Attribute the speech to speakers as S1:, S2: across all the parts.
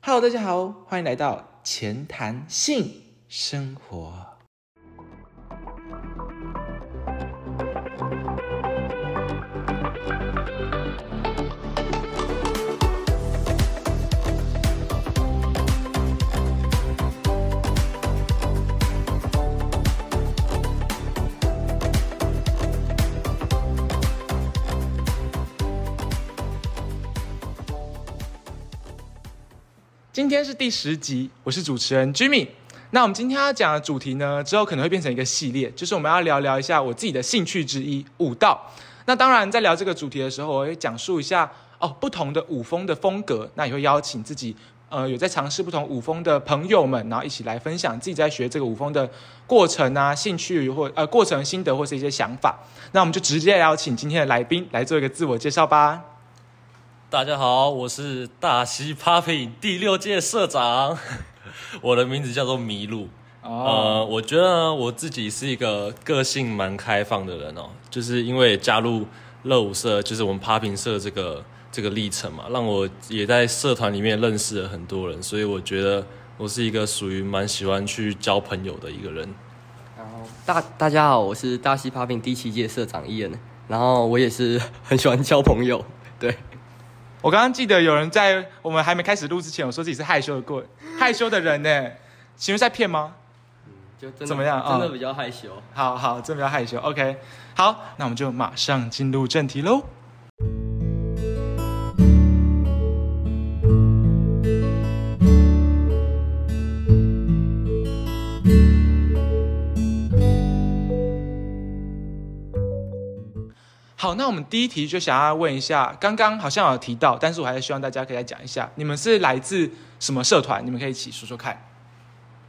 S1: Hello，大家好，欢迎来到前谈性生活。今天是第十集，我是主持人 Jimmy。那我们今天要讲的主题呢，之后可能会变成一个系列，就是我们要聊聊一下我自己的兴趣之一——舞蹈。那当然，在聊这个主题的时候，我会讲述一下哦不同的舞风的风格。那也会邀请自己呃有在尝试不同舞风的朋友们，然后一起来分享自己在学这个舞风的过程啊、兴趣或呃过程心得或是一些想法。那我们就直接邀请今天的来宾来做一个自我介绍吧。
S2: 大家好，我是大西 Popping 第六届社长， 我的名字叫做麋鹿。呃，我觉得我自己是一个个性蛮开放的人哦，就是因为加入乐舞社，就是我们 Popping 社这个这个历程嘛，让我也在社团里面认识了很多人，所以我觉得我是一个属于蛮喜欢去交朋友的一个人。
S3: 大大家好，我是大西 Popping 第七届社长伊恩，然后我也是 很喜欢交朋友，对，
S1: 我刚刚记得有人在我们还没开始录之前，有说自己是害羞的过害羞的人呢，请问在骗吗？
S3: 就真的
S1: 怎么样
S3: 真的
S1: 嗯
S3: 比较害羞。
S1: 好好，真的比较害羞。OK，好，那我们就马上进入正题喽。好，那我们第一题就想要问一下，刚刚好像有提到，但是我还是希望大家可以来讲一下，你们是来自什么社团？你们可以一起说说看。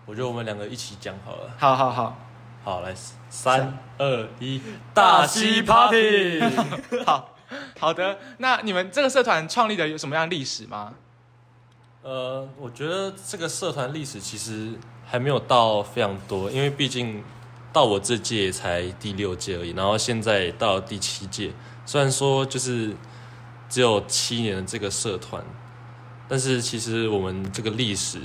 S2: 我觉得我们两个一起讲好了。
S1: 好好好，
S2: 好，来三二一，大西 Popping。
S1: 好好的，那你们这个社团创立的有什么样的历史吗？
S2: 呃，我觉得这个社团历史其实还没有到非常多，因为毕竟到我这届才第六届而已，然后现在到第七届，虽然说就是只有七年的这个社团，但是其实我们这个历史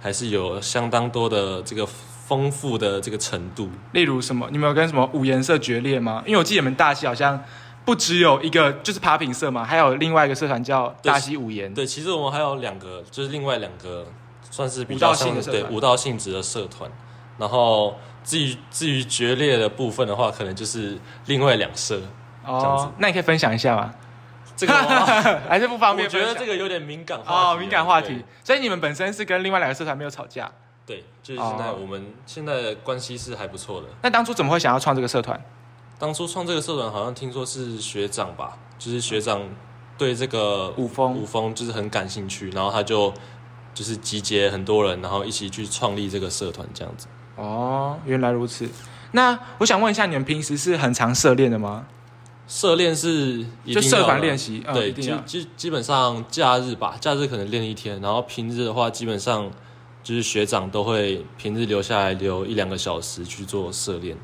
S2: 还是有相当多的这个丰富的这个程度。
S1: 例如什么？你们有跟什么五颜色决裂吗？因为我记得你们大西好像不只有一个，就是 popping 社嘛，还有另外一个社团叫大西五颜。
S2: 对，其实我们还有两个，就是另外两个算是比
S1: 舞
S2: 较
S1: 蹈性
S2: 像
S1: 的
S2: 是
S1: 社
S2: 对
S1: 团
S2: 舞蹈性质的社团。然后至于至于决裂的部分的话，可能就是另外两社。这样子
S1: 哦，那你可以分享一下吗？
S2: 这 个的话
S1: 还是不方便
S2: 我觉
S1: 分享？
S2: 得这个有点敏感话题啊
S1: 哦，敏感话题。所以你们本身是跟另外两个社团没有吵架。
S2: 对。对，就是现在
S1: 哦
S2: 我们现在的关系是还不错的。
S1: 那当初怎么会想要创这个社团？
S2: 当初创这个社团，好像听说是学长吧，就是学长对这个
S1: 舞风
S2: 舞风就是很感兴趣，然后他就就是集结很多人，然后一起去创立这个社团这样子。
S1: 哦，原来如此。那我想问一下，你们平时是很常涉猎的吗？
S2: 社练是一定要的啊
S1: 就社团练习嗯
S2: 对，
S1: 一定
S2: 基
S1: 要
S2: 基基本上假日吧，假日可能练一天，然后平日的话，基本上就是学长都会平日留下来留一两个小时去做社练。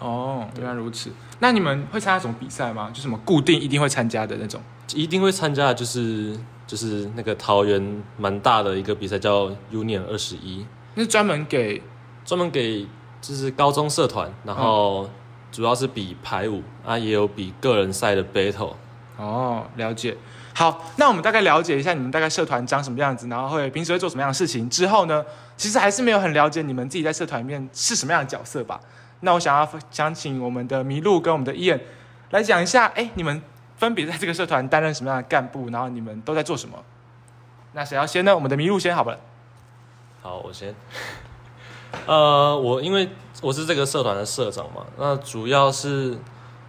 S1: 哦，原来如此。那你们会参加什么比赛吗？就什么固定一定会参加的那种？
S2: 一定会参加的就是就是那个桃园蛮大的一个比赛叫 Union 二十一，
S1: 那是专门给
S2: 专门给就是高中社团，然
S1: 嗯
S2: 后主要是比排舞啊，也有比个人赛的 battle。
S1: 哦，了解。好，那我们大概了解一下你们大概社团长什么样子，然后会平时会做什么样的事情。之后呢，其实还是没有很了解你们自己在社团里面是什么样的角色吧。那我想要想请我们的麋鹿跟我们的伊恩来讲一下，哎，你们分别在这个社团担任什么样的干部，然后你们都在做什么？那谁要先呢？我们的麋鹿先好不了。
S2: 好，我先。 呃，我因为我是这个社团的社长嘛，那主要是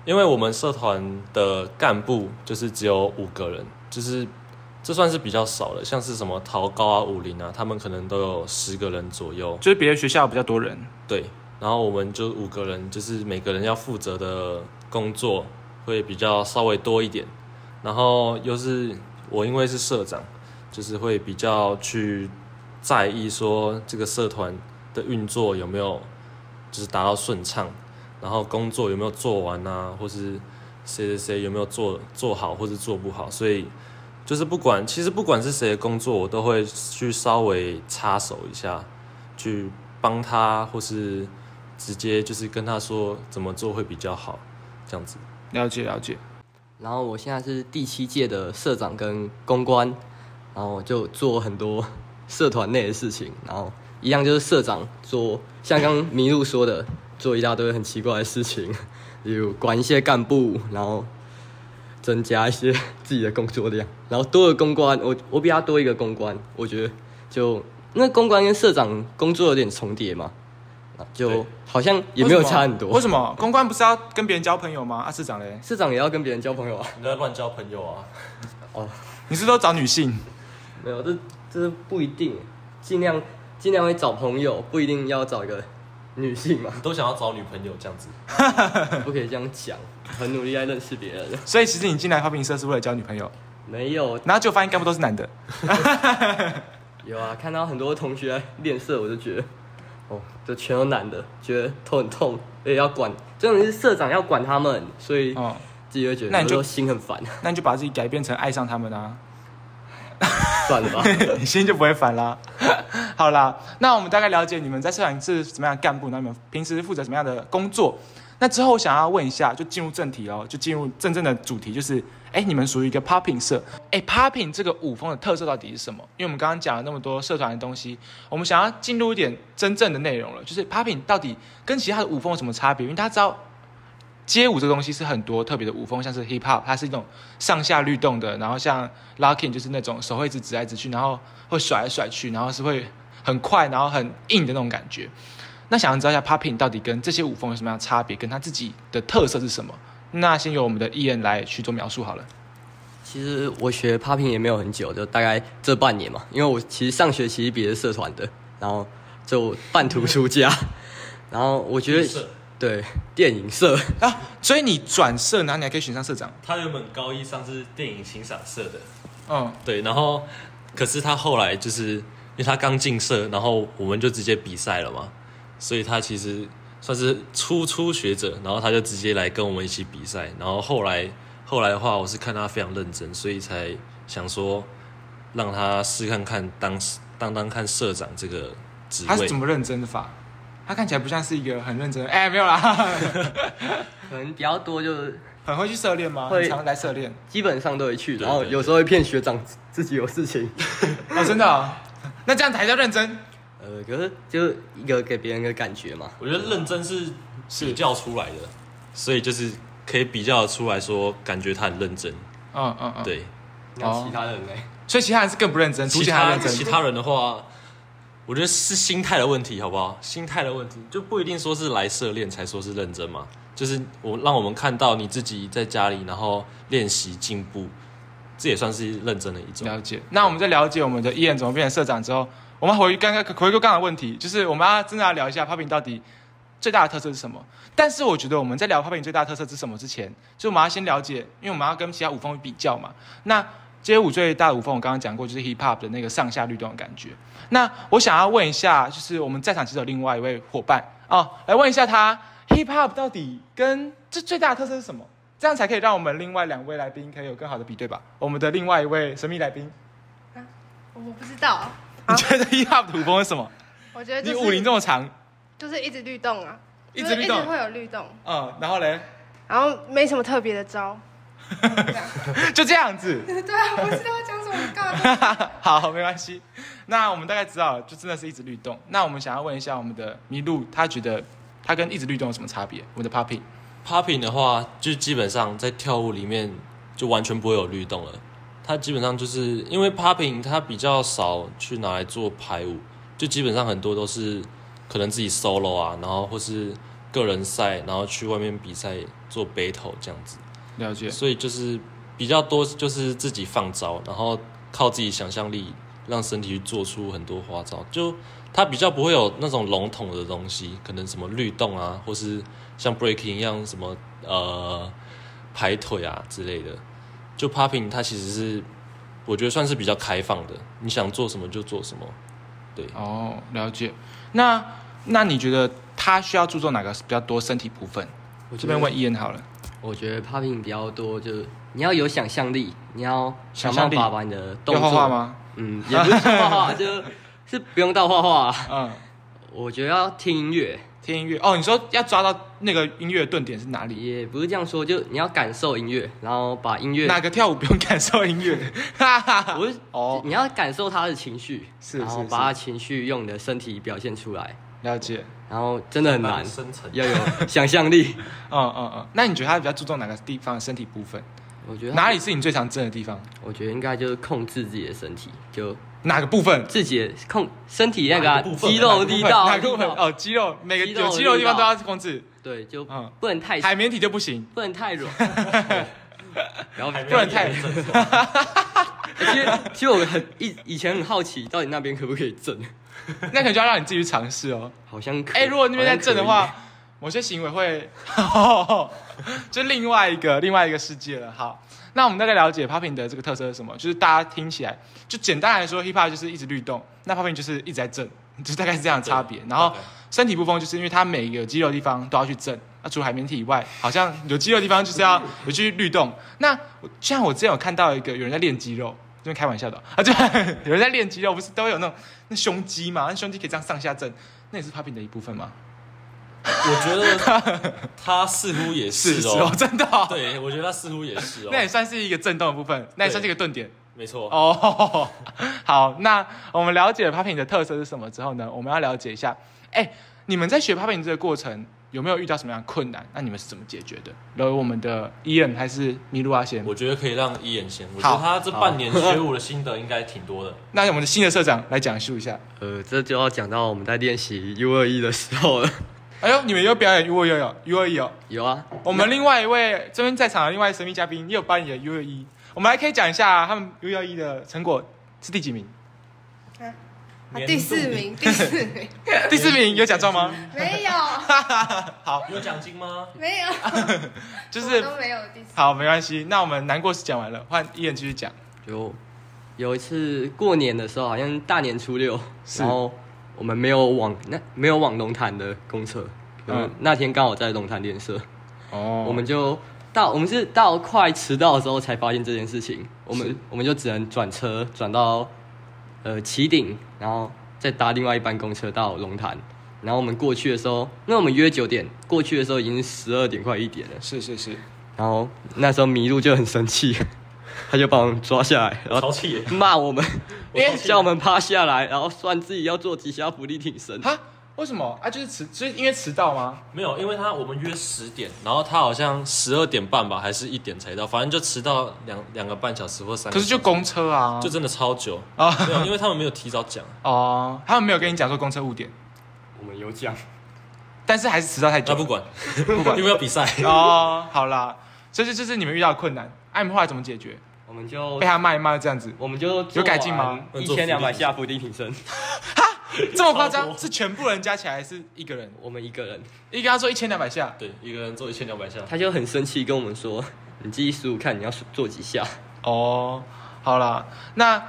S2: 因为我们社团的干部就是只有五个人，就是这算是比较少的，像是什么桃高啊、武林啊，他们可能都有十个人左右。
S1: 就是别的学校比较多人，
S2: 对，然后我们就五个人，就是每个人要负责的工作会比较稍微多一点，然后又是我因为是社长，就是会比较去在意说这个社团的运作有没有就是达到顺畅，然后工作有没有做完啊，或是谁谁谁有没有做做好或是做不好，所以就是不管其实不管是谁的工作，我都会去稍微插手一下，去帮他，或是直接就是跟他说怎么做会比较好，这样子。
S1: 了解了解，
S3: 然后我现在是第七届的社长跟公关，然后就做很多社团内的事情，然后一样就是社长做，像刚麋鹿说的，做一大堆很奇怪的事情， 例如管一些干部，然后增加一些自己的工作量，然后多了公关，我我比他多一个公关，我觉得就那公关跟社长工作有点重叠嘛，啊就
S2: 对
S3: 好像也没有差很多
S1: 为。什么公关不是要跟别人交朋友吗？啊，市长嘞，
S3: 社长也要跟别人交朋友啊。
S2: 你在乱交朋友啊？
S3: 哦，
S1: 你是不是都找女性？
S3: 没有，这这不一定，尽量尽量会找朋友，不一定要找一个女性嘛，
S2: 你都想要找女朋友这样子？
S3: 不可以这样讲。很努力在认识别人，
S1: 所以其实你进来花瓶社是为了交女朋友，
S3: 没有
S1: 然后就发现干部都是男的。
S3: 有啊，看到很多同学在练色，我就觉得，哦，这全都男的，觉得头很痛，而且要管，重点是社长要管他们，所以
S1: 哦，
S3: 自己会觉得
S1: 那你就
S3: 有时候心很烦，
S1: 那你就把自己改变成爱上他们啊，
S3: 算了吧。
S1: 你心就不会烦啦。好啦，那我们大概了解你们在社团是什么样的干部，那你们平时负责什么样的工作？那之后我想要问一下，就进入正题哦，就进入真正的主题，就是哎，你们属于一个 popping 社，哎，popping 这个舞风的特色到底是什么？因为我们刚刚讲了那么多社团的东西，我们想要进入一点真正的内容了，就是 popping 到底跟其他的舞风有什么差别？因为大家知道。街舞这个东西是很多特别的舞风，像是 hip hop，它是一种上下律动的，然后像 locking 就是那种手会一直指来指去，然后会甩来甩去，然后是会很快，然后很硬的那种感觉。那想要知道一下 popping 到底跟这些舞风有什么样的差别，跟它自己的特色是什么？那先由我们的 Ian 来去做描述好了。
S3: 其实我学 popping 也没有很久，就大概这半年嘛。因为我其实上学期是别的社团的，然后就半途出家，然后我觉
S2: 社
S3: 得对电影社，
S1: 啊，所以你转社，然后你还可以选上社长。
S2: 他原本高一上是电影欣赏社的，
S1: 嗯，
S2: 对，然后可是他后来就是因为他刚进社，然后我们就直接比赛了嘛，所以他其实算是初初学者，然后他就直接来跟我们一起比赛，然后后来后来的话，我是看他非常认真，所以才想说让他试看看当当当看社长这个职
S1: 他是
S2: 位
S1: 怎。么认真的法？他看起来不像是一个很认真的，哎、没有啦，
S3: 可能比较多，就是
S1: 很会去涉猎吗？
S3: 会
S1: 很常来涉猎？
S3: 基本上都会去，
S2: 对
S3: 然后有时候会骗学长 自自己有事情，
S1: 哦，真的、哦？那这样才叫认真。
S3: 呃，可是就是一个给别人的感觉嘛。
S2: 我觉得认真是比较出来的，所以就是可以比较得出来说，感觉他很认真，
S1: 嗯嗯嗯。。
S2: 对。
S3: 那其他人呢？
S1: 所以其他人是更不认真，凸
S2: 其
S1: 显他
S2: 他
S1: 认真。
S2: 其他人的话，我觉得是心态的问题，好不好？心态的问题就不一定说是来社练才说是认真嘛，就是我让我们看到你自己在家里，然后练习进步，这也算是认真的一种。
S1: 了解。那我们在了解我们的艺人怎么变成社长之后，我们回刚刚回归刚刚的问题，就是我们要真的要聊一下 Popping 到底最大的特色是什么。但是我觉得我们在聊 Popping 最大的特色是什么之前，就我们要先了解，因为我们要跟其他舞风比较嘛。那街舞最大的舞风，我刚刚讲过，就是 hip hop 的那个上下律动的感觉。那我想要问一下，就是我们在场其实有另外一位伙伴哦，来问一下他 hip hop 到底跟这最大的特色是什么？这样才可以让我们另外两位来宾可以有更好的比对吧？我们的另外一位神秘来宾，
S4: 我不知道，
S1: 你觉得 hip hop 的舞风是什么？
S4: 我觉得
S1: 你
S4: 就
S1: 舞龄
S4: 是
S1: 这么长，
S4: 就是一直律动啊，
S1: 一
S4: 就
S1: 直
S4: 是
S1: 律
S4: 一直
S1: 动，
S4: 会有律动，
S1: 嗯，然后嘞，
S4: 然后没什么特别的招。
S1: 就这样子。
S4: 对啊，我不知道讲什么，干嘛？啊
S1: 好，没关系。那我们大概知道了，就真的是一直律动。那我们想要问一下我们的麋鹿，他觉得他跟一直律动有什么差别？我们的 Poppy，
S2: Popping 的话，就基本上在跳舞里面就完全不会有律动了。它基本上就是因为 Popping 它比较少去拿来做排舞，就基本上很多都是可能自己 solo 啊，然后或是个人赛，然后去外面比赛做 battle 这样子。
S1: 了解。
S2: 所以就是比较多就是自己放招，然后靠自己想象力让身体去做出很多花招，就它比较不会有那种笼统的东西，可能什么律动啊，或是像 breaking 一样什么呃排腿啊之类的。就 popping 它其实是我觉得算是比较开放的，你想做什么就做什么。对，
S1: 哦，了解。那那你觉得他需要注重哪个比较多身体部分？
S3: 我
S1: 这边问伊恩好了。
S3: 我觉得 popping 比较多，就是你要有想象力，你要想
S1: 想象
S3: 办
S1: 力
S3: 法把你的动
S1: 要
S3: 作，
S1: 画画 吗？
S3: 嗯，也不是画画，就是不用到画画，
S1: 嗯，
S3: 我觉得要听音乐，
S1: 听音乐哦。你说要抓到那个音乐的顿点是哪里？
S3: 也不是这样说，就你要感受音乐，然后把音乐，
S1: 哪个跳舞不用感受音乐？ 哈哈哈。
S3: 我是
S1: 哦
S3: 你要感受他的情绪，
S1: 是
S3: 然后
S1: 是
S3: 把他情绪用你的身体表现出来，
S1: 了解。
S3: 然后真的很难，
S2: 深层。
S3: 要有想 象力。
S1: 嗯嗯嗯。那你觉得他比较注重哪个地方的身体部分？
S3: 我觉得
S1: 哪
S3: 他，
S1: 里是你最常争的地方？
S3: 我觉得应该就是控制自己的身体，就
S1: 哪个部分？
S3: 自己的控身体那个啊
S2: 哪个部分
S3: 肌肉力道，
S1: 哪个部分？
S3: 力道
S1: 哦，肌肉，每个
S3: 肌肉
S1: 有肌肉的地方都要控制，
S3: 对，就
S1: 嗯
S3: 不能太
S1: 海绵体就不行。
S3: 不能 太软，然后
S1: 不能 太
S3: 其实其实我很以以前很好奇，到底那边可不可以震？
S1: 那可能就要让你自己去尝试哦。
S3: 好像可
S1: 哎、如果那边在震的
S3: 好像
S1: 话，某些行为会， 哦，就另外一个另外一个世界了。好，那我们大概了解 popping 的这个特色是什么？就是大家听起来，就简单来说，hip hop 就是一直律动，那 popping 就是一直在震，就是大概是这样的差别。然后身体部分就是因为它每个有肌肉的地方都要去震，那除了海绵体以外，好像有肌肉的地方就是要 有去律动。那我像我之前有看到一个有人在练肌肉，这边开玩笑的哦啊，就 有人在练肌肉，不是都会有那种那胸肌嘛？那胸肌可以这样上下震，那也是 popping 的一部分吗？
S2: 我觉得他似乎 也是哦，
S1: 真的哦、
S2: 对，我觉得他似乎也是
S1: 那也
S2: 哦，
S1: 算是一个震动的部分，那也算是一个顿点
S2: 没错。
S1: 哦。 好，那我们了解 popping 的特色是什么之后呢，我们要了解一下，哎、你们在学 popping 这个过程有没有遇到什么样的困难？那你们是怎么解决的？由我们的 Ian 还是麋鹿阿贤？
S2: 我觉得可以让伊眼先，我觉
S1: 好
S2: 得他这半年学舞的心得应该挺多的。
S1: 那我们的新的社长来讲述一下。
S3: 可以呃，这就要讲到我们在练习 U 二一的时候了。
S1: 哎呦，你们有表演 U 二有 U 二一哦。
S3: 有啊，
S1: 我们另外一位这边在场的另外一位神秘嘉宾也有扮演 U 二一，我们还可以讲一下他们 U 二一的成果是第几名？
S4: 啊第四名，第四名，
S1: 第四名有奖状吗？
S4: 没有，
S2: 有奖金吗？
S4: 没有，
S1: 就是
S4: 我都没有第四。
S1: 好，没关系。那我们难过是讲完了，换伊人继续讲。
S3: 就有一次过年的时候，好像大年初六，
S1: 是
S3: 然后我们没有往那没有往龙潭的公厕，
S1: 嗯
S3: 嗯，那天刚好在龙潭练社，
S1: 哦
S3: 我们就到我们是到快迟到的时候才发现这件事情，我
S1: 是
S3: 们我们就只能转车转到呃旗顶，然后再搭另外一班公车到龙潭。然后我们过去的时候，因为我们约九点，过去的时候已经十二点快一点了。
S1: 是是是，
S3: 然后那时候麋鹿就很生气， 他就把我们抓下来，
S1: 啊
S3: 然
S2: 淘
S3: 后
S2: 气耶，
S3: 骂我们，
S1: 因为
S3: 叫我们趴下来，然后算自己要做几下浮力挺身。
S1: 哈，为什么啊？就是迟，就是因为迟到吗？
S2: 没有，因为他我们约十点，然后他好像十二点半吧，还是一点才到，反正就迟到两两个半小时或三
S1: 可
S2: 个小
S1: 是
S2: 时。
S1: 就公车啊，
S2: 就真的超久
S1: 啊
S2: 啊，没有，因为他们没有提早讲，
S1: 哦，他们没有跟你讲说公车误点，
S3: 我们有讲，
S1: 但是还是迟到太久
S2: 那
S1: 了
S2: 不 管，因为要比赛，
S1: 哦。好啦，所以这就是你们遇到的困难，哎，你们后来怎么解决？
S3: 我们就
S1: 被他骂一骂这样子，
S3: 我们就
S1: 有改进吗？
S3: 一千两百下浮力挺身，
S1: 这么夸张？
S2: 多
S1: 是全部人加起来还是一个人？
S3: 我们一个人，
S1: 一个他说一千两百下
S2: 对，一个人做一千两百下，
S3: 他就很生气跟我们说：“你记十五看你要做几下。
S1: 哦。好啦，那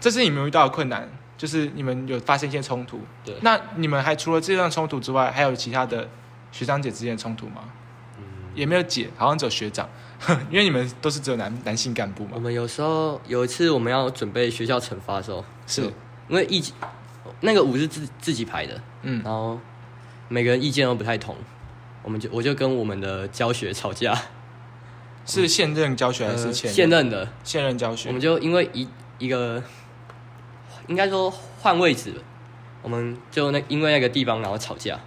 S1: 这是你们遇到的困难，就是你们有发生一些冲突。
S2: 对，
S1: 那你们还除了这段冲突之外，还有其他的学长姐之间的冲突吗？
S3: 嗯
S1: 也没有姐，好像只有学长， 因为你们都是只有男男性干部”
S3: 我
S1: 嘛。
S3: 们有时候有一次我们要准备学校惩罚的时候，
S1: 是，
S3: 因为意见那个舞是自自己排的，
S1: 嗯，
S3: 然后每个人意见都不太同，我们就我就跟我们的教学吵架，
S1: 是现任教学还是
S3: 呃
S1: 前任？
S3: 现任的，
S1: 现任教学
S3: 我们。就因为一一个应该说换位置，我们就那因为那个地方然后吵架，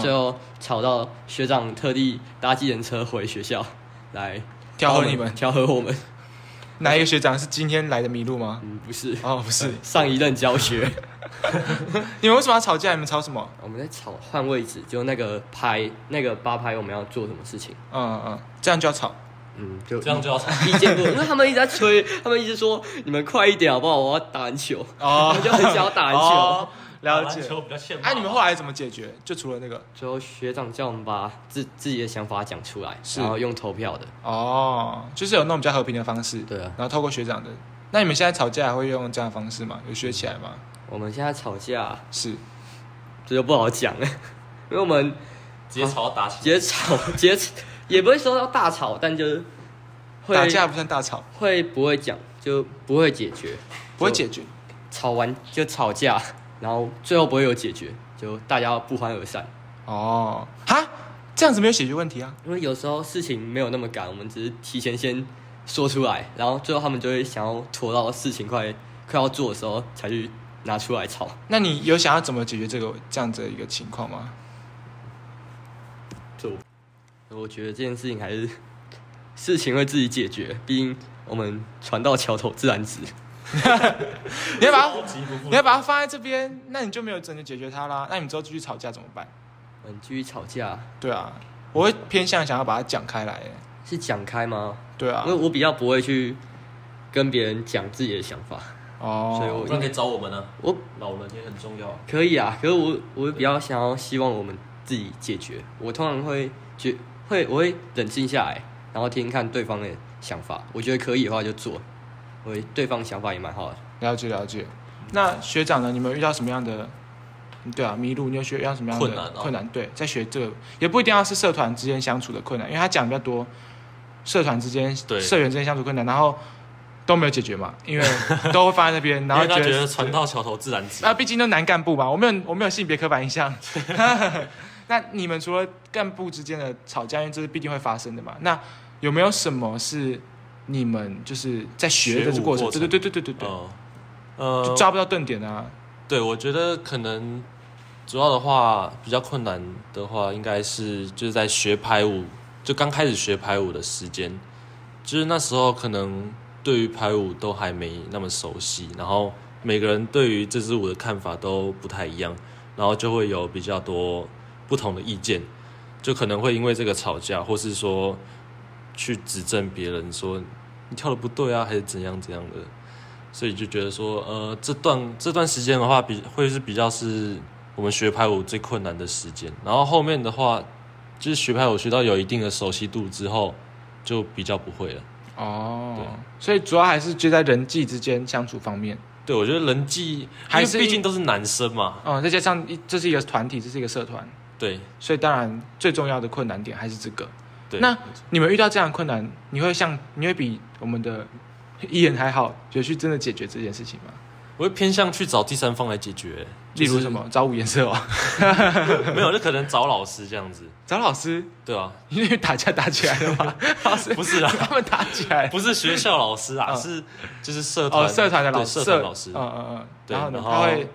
S3: 最
S1: 嗯，
S3: 后吵到学长特地搭计程车回学校来
S1: 调和
S3: 帮我
S1: 你们
S3: 调和我们。
S1: 哪一个学长是今天来的麋鹿吗？
S3: 嗯，不是，
S1: 哦，不是，
S3: 上一任教学，
S1: 你们为什么要吵架？你们吵什么？
S3: 我们在吵换位置，就那个拍那个八拍，我们要做什么事情？
S1: 嗯嗯，这样就要吵。
S3: 嗯，就
S2: 这样就要吵，
S3: 意见不，因为他们一直在催，他们一直说你们快一点好不好？我要打篮球，
S1: 哦
S3: 我们就很想要打篮球。
S1: 哦
S2: 打
S1: 了
S2: 篮
S1: 解。
S2: 球比较欠骂。
S1: 哎、你们后来怎么解决？就除了那个
S3: 最后学长叫我们把自自己的想法讲出来，
S1: 是
S3: 然后用投票的。
S1: 哦，就是有那种比较和平的方式，
S3: 对啊，
S1: 然后透过学长的。那你们现在吵架还会用这样的方式吗？有学起来吗？
S3: 我们现在吵架，
S1: 是，
S3: 这就不好讲了， 因为我们
S2: 直接吵到打起
S3: 直接吵，直接也不会说到大吵，但就是会
S1: 打架不算大吵，
S3: 会不会讲就不会解决，
S1: 不会解决。
S3: 吵完就吵架，然后最后不会有解决，就大家不欢而散。
S1: 哦，哈，这样子没有解决问题啊。
S3: 因为有时候事情没有那么赶，我们只是提前先说出来，然后最后他们就会想要拖到事情快快要做的时候才去拿出来吵。
S1: 那你有想要怎么解决这个这样子的一个情况吗？
S3: 就我觉得这件事情还是 事情会自己解决，毕竟我们船到桥头自然直。
S1: 你要把
S2: 超
S1: 它，
S2: 级不负
S1: 你要把它放在这边，那你就没有真的解决它啦。那你们之后继续吵架怎么办？
S3: 我们继续吵架
S1: 对啊，我会偏向想要把它讲开来。欸
S3: 是讲开吗？
S1: 对啊
S3: 因为，我比较不会去跟别人讲自己的想法，所以
S1: 哦，
S3: 我
S2: 不然可以找我们啊，
S3: 我
S2: 老人也很重要。
S3: 可以啊，可是我我比较想要希望我们自己解决。我通常会觉会我会冷静下来，然后听听看对方的想法，我觉得可以的话就做。我觉得对方想法也蛮好的，
S1: 了解了解。那学长呢？你们有遇到什么样的？对啊，迷路，你有学遇到什么样的
S2: 困难哦
S1: 困难对，在学这个也不一定要是社团之间相处的困难，因为他讲比较多，社团之间、
S2: 对
S1: 社员之间相处困难，然后都没有解决嘛， 因为都会放在那边，然后
S2: 因为他觉
S1: 得
S2: 得船到桥头自然直
S1: 那、，毕竟都男干部嘛，我没有我没有性别刻板印 象。 那你们除了干部之间的吵架，因为这是必定会发生的嘛，那有没有什么是你们就是在学的这
S2: 学舞
S1: 过程？
S2: 过程
S1: 对对对对对对对，
S2: 嗯，呃，
S1: 就抓不到顿点啊。
S2: 对，我觉得可能主要的话比较困难的话，应该是就是在学排舞，就刚开始学排舞的时间，就是那时候可能对于排舞都还没那么熟悉，然后每个人对于这支舞的看法都不太一样，然后就会有比较多不同的意见，就可能会因为这个吵架，或是说去指正别人说你跳的不对啊，还是怎样怎样的。所以就觉得说，呃，这段这段时间的话，比会是比较是我们学排舞最困难的时间。然后后面的话，就是学排舞学到有一定的熟悉度之后，就比较不会了。
S1: 哦
S2: 对，
S1: 所以主要还是就在人际之间相处方面。
S2: 对，我觉得人际
S1: 还是
S2: 因为毕竟都是男生嘛，
S1: 嗯，再加上一这是一个团体，这是一个社团，
S2: 对
S1: 所以当然最重要的困难点还是这个。
S2: 对。
S1: 那你们遇到这样的困难，你会像你会比我们的艺人还好，有去真的解决这件事情吗？
S2: 我会偏向去找第三方来解决，
S1: 例
S2: 就是
S1: 如什？么找五颜色哦，
S2: 没有，就可能找老师这样子。
S1: 找老师，
S2: 对 啊，
S1: 因为打架打起来了嘛，老师，
S2: 不是啦啊
S1: 他们打起来，
S2: 不是学校老师啊，
S1: 嗯
S2: 是就是社团
S1: 哦，社团的老
S2: 对
S1: 师，
S2: 社团老师
S1: 嗯，嗯嗯，
S2: 对
S1: 然后呢，
S2: 然后
S1: 他会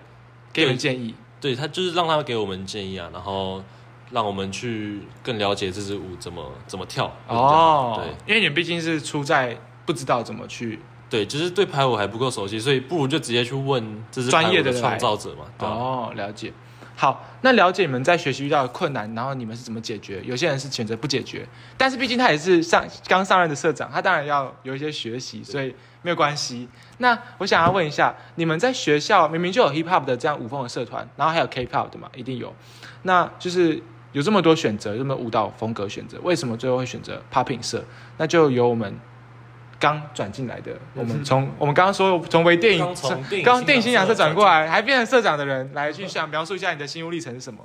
S1: 给你们建议，
S2: 对他就是让他给我们建议啊，然后让我们去更了解这支舞怎么怎么跳。
S1: 哦
S2: 对，
S1: 因为你们毕竟是出在不知道怎么去
S2: 对，就是对排舞还不够熟悉，所以不如就直接去问这支
S1: 专业
S2: 排舞
S1: 的
S2: 的
S1: 人
S2: 创造者嘛。对啊、
S1: 哦，了解。好，那了解你们在学习遇到的困难，然后你们是怎么解决？有些人是选择不解决，但是毕竟他也是上刚上任的社长，他当然要有一些学习，所以没有关系。那我想要问一下，你们在学校明明就有 hip hop 的这样舞风的社团，然后还有 K-pop 的嘛，一定有。那就是有这么多选择，这么舞蹈风格选择，为什么最后会选择 popping 社？那就由我们刚转进来的，我们从我们刚刚说从微电影
S2: 刚从电影
S1: 刚电影
S2: 欣
S1: 新
S2: 赏
S1: 讲
S2: 社
S1: 社转过来，还变成社长的人来去想描述一下你的心路历程是什么？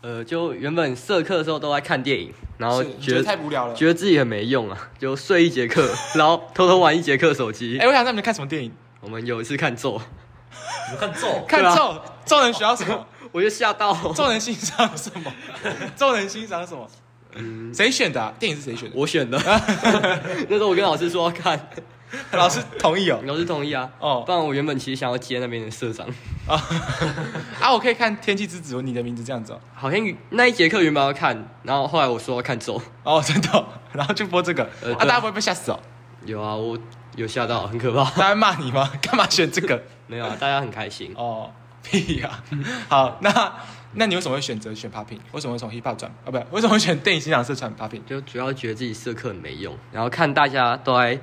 S3: 呃，就原本社课的时候都在看电影，然后
S1: 是你
S3: 觉得
S1: 太无聊了。
S3: 觉得自己很没用啊， 就睡一节课，然后偷偷玩一节课手机。
S1: 哎，我想知道你们看什么电影？
S3: 我们有一次看咒，
S2: 你们看咒，
S1: 看
S3: 对啊
S1: 咒，咒能学到什么？
S3: 我就吓到，
S1: 咒能欣赏什么？ 咒能欣赏什么？
S3: 嗯
S1: 谁选的啊？电影是谁选的？
S3: 我选的。 那时候我跟老师说要看，
S1: 老师同意哦。
S3: 老师同意啊。
S1: 哦
S3: 不然我原本其实想要接那边的社长，
S1: 啊，我可以看《天气之子》，你的名字这样子哦。
S3: 好像那一节课原本要看，然后后来我说要看咒。
S1: 哦，真的哦， 然后就播这个，
S3: 呃
S1: 啊，
S3: 对
S1: 大家不会被吓死哦？
S3: 有啊，我有吓到，很可怕。
S1: 大家骂你吗？ 干嘛选这个？
S3: 没有啊，大家很开心。
S1: 哦，屁呀、好，那那你为什么会选择选 popping？为什么会从 hip hop 转啊？不是，为什么会选电影欣赏社转 popping？
S3: 就主要觉得自己社课很没用，然后看大家都在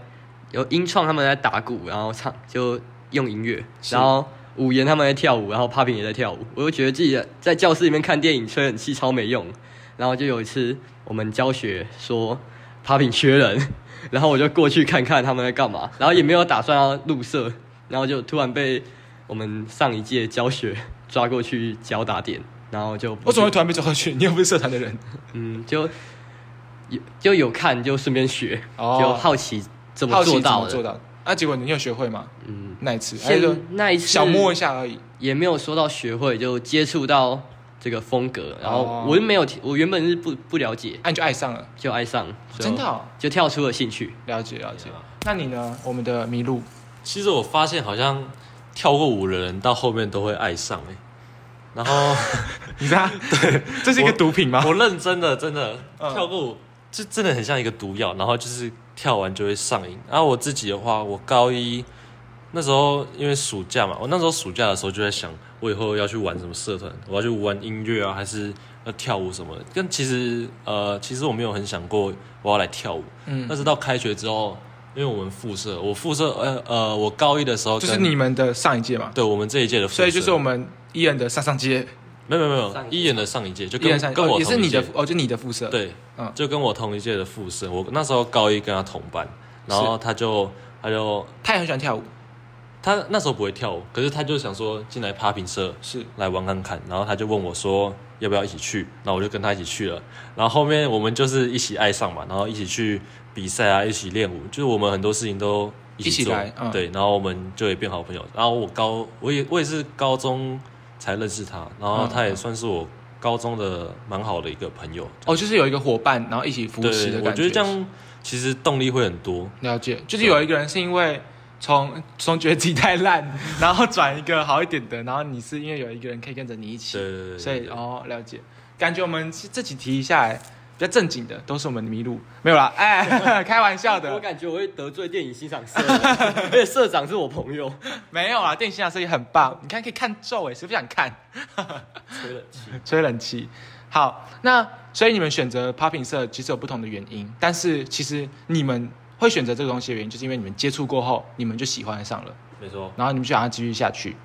S3: 有音创他们在打鼓，然后唱就用音乐，
S1: 是
S3: 然后五言他们在跳舞，然后 Popping 也在跳舞，我就觉得自己在教室里面看电影吹冷气超没用。然后就有一次我们教学说 Popping 缺人，然后我就过去看看他们在干嘛，然后也没有打算要入社，然后就突然被我们上一届教学抓过去教打点，然后就
S1: 为什么会突然被抓过去？你又不是社团的人。
S3: 嗯，就有就有看就顺便学，
S1: 哦
S3: 就好奇怎么
S1: 好奇
S3: 做
S1: 怎
S3: 到
S1: 么
S3: 的。
S1: 做到的？啊，结果你有学会吗？
S3: 嗯，
S1: 那一次，还
S3: 先
S1: 有就
S3: 那一次
S1: 小摸一下而已。
S3: 也没有说到学会，就接触到这个风格，然后
S1: 哦
S3: 我又没有，我原本是不不了解，
S1: 啊，你就爱上了，
S3: 就爱上，就
S1: 真的哦
S3: 就跳出了兴趣。
S1: 了解了解。那你呢？我们的麋 鹿，
S2: 其实我发现好像跳过舞的人到后面都会爱上哎、然后
S1: 你知道，对，这是一个毒品吗？
S2: 我认真的真的
S1: 嗯
S2: 跳过舞，就真的很像一个毒药，然后就是跳完就会上瘾。然后我自己的话，我高一那时候因为暑假嘛，我那时候暑假的时候就在想，我以后要去玩什么社团，我要去玩音乐啊，还是要跳舞什么的。但其实呃，其实我没有很想过我要来跳舞，
S1: 嗯
S2: 但是到开学之后，因为我们复社，我复社呃呃，我高一的时候
S1: 就是
S2: 跟
S1: 你们的上一届嘛，
S2: 对我们这一届的复社，
S1: 所以就是我们艺人的上上届，
S2: 没有没有没
S3: 上
S2: 有
S3: 一届
S2: 一眼的上一届就
S1: 艺
S2: 跟
S1: 人上
S2: 跟
S1: 哦
S2: 我
S1: 也是
S2: 同一
S1: 你的
S2: 届
S1: 哦，就你的肤色，，
S2: 对，
S1: 嗯
S2: 就跟我同一届的复生，我那时候高一跟他同班，然后他就他就
S1: 他也很喜欢跳舞，
S2: 他那时候不会跳舞，可是他就想说进来 popping 社
S1: 是
S2: 来玩看看，然后他就问我说要不要一起去，那我就跟他一起去了，然后后面我们就是一起爱上嘛，然后一起去比赛啊，一起练舞，就是我们很多事情都
S1: 一起
S2: 做，
S1: 来嗯
S2: 对，然后我们就也变好朋友，然后我高我也我也是高中才认识他，然后
S1: 嗯
S2: 他也算是我高中的蛮好的一个朋友，
S1: 哦，就是有一个伙伴，然后一起扶
S2: 对，
S1: 持的
S2: 我
S1: 感
S2: 觉得这样其实动力会很多。
S1: 了解，就是有一个人是因为从从觉得自己太烂， 然后转一个好一点的，然后你是因为有一个人可以跟着你一起，
S2: 对对对
S1: 所以
S2: 对
S1: 哦了解，感觉我们这几题下来比较正经的都是我们迷路，没有啦，哎， 开玩笑
S3: 我
S1: 的，
S3: 感觉我会得罪电影欣赏社， 而且社长是我朋友，
S1: 没有啦，电影欣赏设计很棒，你看可以看咒哎，谁不想看？
S3: 吹冷气。
S1: 吹冷气。好，那所以你们选择 popping 社其实有不同的原因，但是其实你们会选择这个东西的原因，就是因为你们接触过后，你们就喜欢上了，
S2: 没错，
S1: 然后你们就想要继续下去。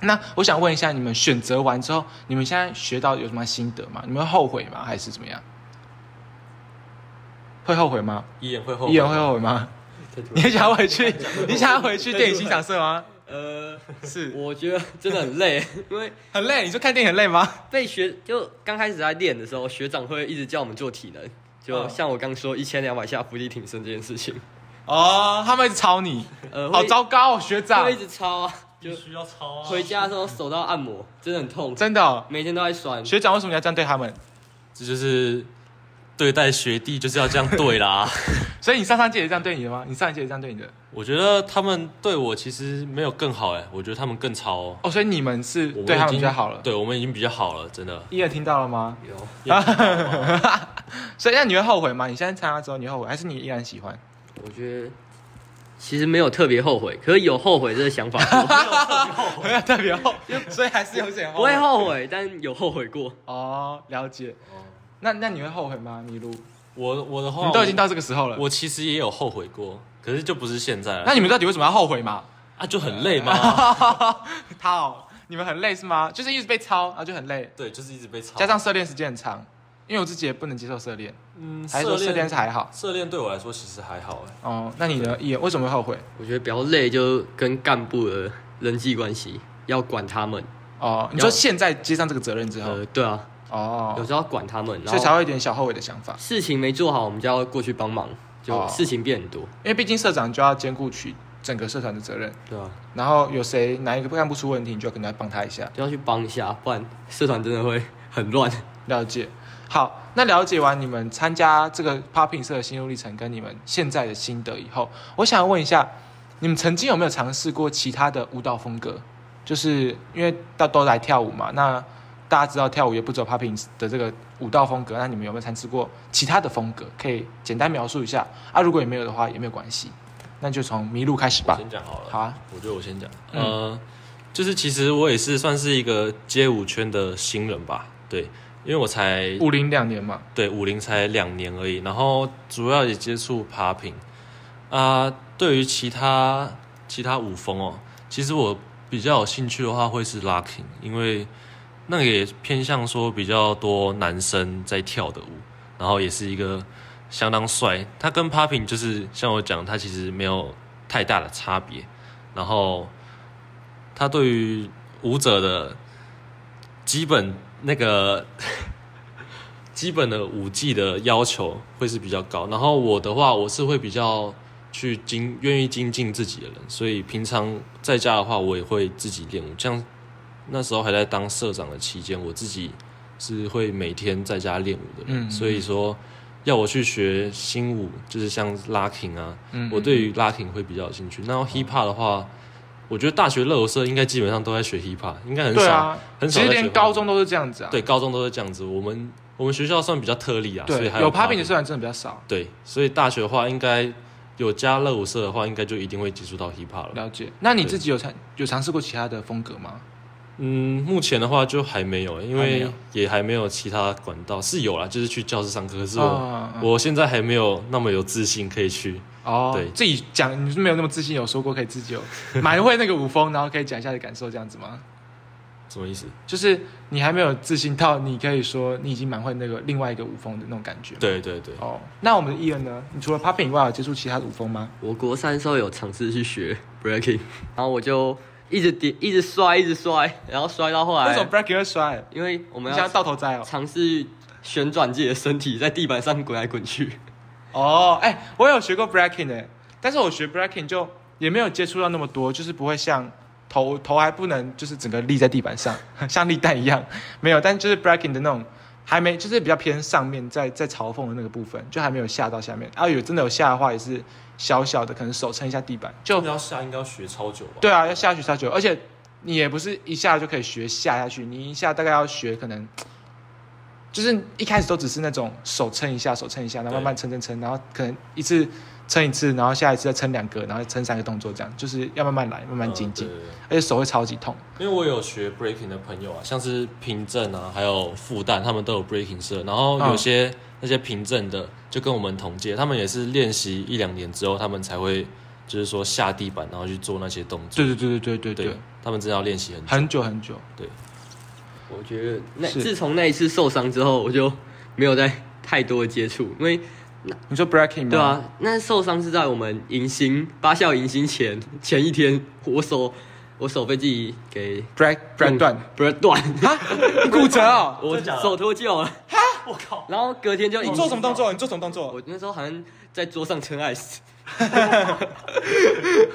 S1: 那我想问一下，你们选择完之后，你们现在学到有什么心得吗？你们会后悔吗？还是怎么样？会后悔吗？
S2: 一眼会后悔，
S1: 艺人会后悔 吗？你想要回去？你想要回去电影欣赏社吗？
S3: 呃，
S1: 是
S3: 我觉得真的很累， 因为
S1: 很累？你说看电影很累吗？
S3: 被学就刚开始在练的时候，学长会一直叫我们做体能，就
S1: 嗯
S3: 像我刚说一千两百下伏地挺身这件事情，
S1: 哦，他们一直吵你，
S3: 呃，
S1: 好
S3: 会
S1: 糟糕哦，学长
S3: 会一，直抄啊，就
S2: 必须要抄啊
S3: 回家的时候手到按摩，真的很痛，
S1: 真的哦、
S3: 每天都在酸。
S1: 学长为什么你要这样对他们？
S2: 这就是对待学弟就是要这样对啦。
S1: 所以你上上届也这样对你的吗？你上一届也这样对你的？
S2: 我觉得他们对我其实没有更好哎、我觉得他们更超、哦，
S1: 哦，所以你们是
S2: 我们
S1: 对他
S2: 已
S1: 们
S2: 经
S1: 比较好了。
S2: 对我们已经比较好了，真的。
S1: 一人听到了吗？
S3: 有
S1: 所以那你会后悔吗？你现在参加之后你会后悔，还是你依然喜欢？
S3: 我觉得其实没有特别后悔，可是有后悔这个想法 过，
S1: 没有哦 特别后，所以还是有点
S3: 不会后悔，但有后悔过。
S1: 哦，了解。那那你会后悔吗，麋鹿？你
S2: 我我的话，
S1: 们都已经到这个时候了，
S2: 我其实也有后悔过，可是就不是现在了。
S1: 那你们到底为什么要后悔 嘛？
S2: 啊，就很 累吗？
S1: 他哦，你们很累是吗？就是一直被抄，然后就很累，
S2: 对，就是一直被抄。
S1: 加上涉猎时间很长，因为我自己也不能接受涉猎，
S2: 嗯，
S1: 还是说涉猎
S2: 恋
S1: 是还好？
S2: 社恋对我来说其实还好哎、
S1: 哦，那你呢？也为什么会后悔？
S3: 我觉得比较累，就跟干部的人际关系要管他们。
S1: 哦，你
S3: 有
S1: 说现在接上这个责任之后，
S3: 呃，对啊，
S1: 哦，
S3: 有时候要管他们，
S1: 所以
S3: 然
S1: 才
S3: 后
S1: 会有点小后悔的想法，
S3: 事情没做好，我们就要过去帮忙，就
S1: 哦
S3: 事情变很多。
S1: 因为毕竟社长就要兼顾起整个社团的责任，
S3: 对啊，
S1: 然后有谁哪一个干部出问题，你就可能要帮他一下，
S3: 就要去帮一下，不然社团真的会很乱。
S1: 了解。好，那了解完你们参加这个 Popping 社的心路历程跟你们现在的心得以后，我想问一下，你们曾经有没有尝试过其他的舞蹈风格？就是因为大都来跳舞嘛，那大家知道跳舞也不只有 Popping 的这个舞蹈风格，那你们有没有尝试过其他的风格？可以简单描述一下啊，如果也没有的话也没有关系，那就从麋鹿开始
S2: 我
S1: 吧。
S2: 先讲好了。
S1: 好啊，
S2: 我觉得我先讲，
S1: 嗯
S2: 呃，就是其实我也是算是一个街舞圈的新人吧，对，因为我才
S1: 五零两年嘛，
S2: 对五零才两年而已，然后主要也接触 popping 啊、对于其他其他舞风哦，其实我比较有兴趣的话会是 locking，因为那个也偏向说比较多男生在跳的舞，然后也是一个相当帅。它跟 popping 就是像我讲，它其实没有太大的差别，然后它对于舞者的基本那个 基本的五 G 的要求会是比较高。然后我的话，我是会比较去精愿意精进自己的人，所以平常在家的话，我也会自己练舞。像那时候还在当社长的期间，我自己是会每天在家练舞的人，
S1: 嗯
S2: 所以说。要我去学新舞，就是像 locking 啊，
S1: 嗯哦
S2: 我对于 locking 会比较有兴趣。那 hip hop 的话，我觉得大学乐舞社应该基本上都在学 hip hop，应该很
S1: 对
S2: 少、
S1: 啊，
S2: 很少
S1: 其实
S2: 在
S1: 连
S2: 学
S1: 高
S2: hip-hop
S1: 中都是这样子啊。
S2: 对，高中都是这样子。我们我们学校算比较特例啊，所
S1: 对
S2: 以还，
S1: 有
S2: popping
S1: popping 的社团真的比较少，
S2: 对，所以大学的话，应该有加热舞社的话，应该就一定会接触到 hip hop 了。
S1: 了解。那你
S2: 对
S1: 自己有尝有尝试过其他的风格吗？
S2: 嗯，目前的话就还没有，因
S1: 还没
S2: 为
S1: 有
S2: 也还没有其他管道是有啦，就是去教室上课。可是我、
S1: 啊嗯
S2: 我现在还没有那么有自信可以去。
S1: 哦，
S2: 对
S1: 自己讲你是没有那么自信，有说过可以自己有 蛮会那个舞风，然后可以讲一下你的感受这样子吗？
S2: 什么意思？
S1: 就是你还没有自信到你可以说你已经蛮会那个另外一个舞风的那种感觉。，
S2: 对对对，
S1: 哦，那我们的艺人呢？你除了 popping 以外，有接触其他的舞风吗？
S3: 我国三的时候有尝试去学 breaking，然后我就一直跌，一直摔，一直摔，然后摔到后
S1: 那种
S3: 来，
S1: breaking 会摔，
S3: 因为哎我
S1: 你
S3: 们
S1: 想要
S3: 要
S1: 到头栽哦。
S3: 尝试旋转自己的身体，在地板上滚来滚去。
S1: 哦，哎、我有学过 breaking 的、但是我学 breaking 就也没有接触到那么多，就是不会像头头还不能就是整个立在地板上， 像立蛋一样，没有。但就是 breaking 的那种还没，就是比较偏上面在在嘲讽的那个部分，就还没有下到下面。啊，有真的有下的话，也是小小的，可能手撑一下地板就
S2: 真的要下应该要学超久吧？
S1: 对啊，要下去下去，而且你也不是一下就可以学下下去，你一下大概要学可能，就是一开始都只是那种手撑一下，手撑一下，然后慢慢撑撑撑，然后可能一次撑一次，然后下一次再撑两个，然后撑三个动作，这样就是要慢慢来，慢慢
S3: 哦
S1: 精进，
S2: 嗯对对对
S1: 而且手会超级痛。
S2: 因为我有学 breaking 的朋友啊，像是平镇啊，还有复旦，他们都有 breaking 社。然后
S1: 嗯
S2: 有些、那些平镇的就跟我们同届，他们也是练习一两年之后，他们才会就是说下地板，然后去做那些动作。
S1: 对对对对对对对，
S2: 他们真的要练习很久。
S1: 很久很久。
S3: 我觉得那
S1: 是
S3: 自从那一次受伤之后，我就没有再太多的接触，因为
S1: 你说 breaking 吗？
S3: 对，啊，那受伤是在我们迎新八校迎新前前一天，我手我手被自己给
S1: break break 断
S3: 不是 断，
S1: 啊，你骨折哦。
S3: 嗯 我
S2: 真假的
S3: 手脱臼了，
S2: 我靠！
S3: 然后隔天就
S1: 你
S3: 迎
S1: 做什么动作？你做什么动作？
S3: 我那时候好像在桌上 撑 ice，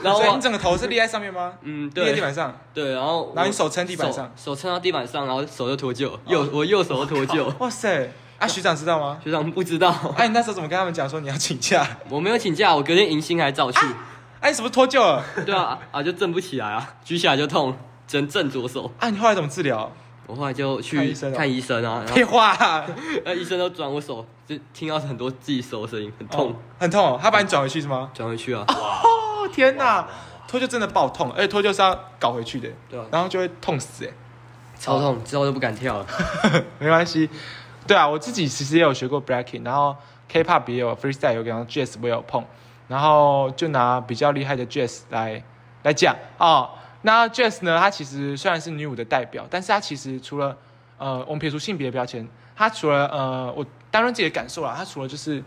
S3: 然后
S1: 所以你
S3: 我
S1: 整个头是立在上面吗？
S3: 嗯
S1: 立在地
S3: 对
S1: 板上。
S3: 对，然后我
S1: 然后你手撑地板上啊
S3: 手手撑到地板上，然后手就脱臼，右我右手就脱臼，
S1: 哇塞！啊，学长知道吗？
S3: 学长不知道，
S1: 哎、你那时候怎么跟他们讲说你要请假？
S3: 我没有请假，我隔天迎新还照去，
S1: 哎、你是不是脱臼了？
S3: 对啊啊就正不起来啊，举起来就痛，只能正左手。
S1: 啊，你后来怎么治疗？
S3: 我后来就去
S1: 看医生哦
S3: 看医生啊，然
S1: 废
S3: 后
S1: 话、
S3: 呃医生都转我手，就听到很多自己手的声音，很痛
S1: 哦，很痛、哦，他把你转回去是吗？
S3: 转回去啊，
S1: 哦天哪，脱臼真的爆痛，而且脱臼是要搞回去的，
S3: 对啊，
S1: 然后就会痛死哎、
S3: 超痛，之后就不敢跳了。
S1: 没关系，对啊，我自己其实也有学过 breaking，然后 K-pop 也有 freestyle 有，然后 jazz 我也有碰，然后就拿比较厉害的 jazz 来来讲哦。那 jazz 呢，它其实虽然是女舞的代表，但是它其实除了呃，我们撇除性别标签，它除了呃，我当然自己的感受啦，它除了就是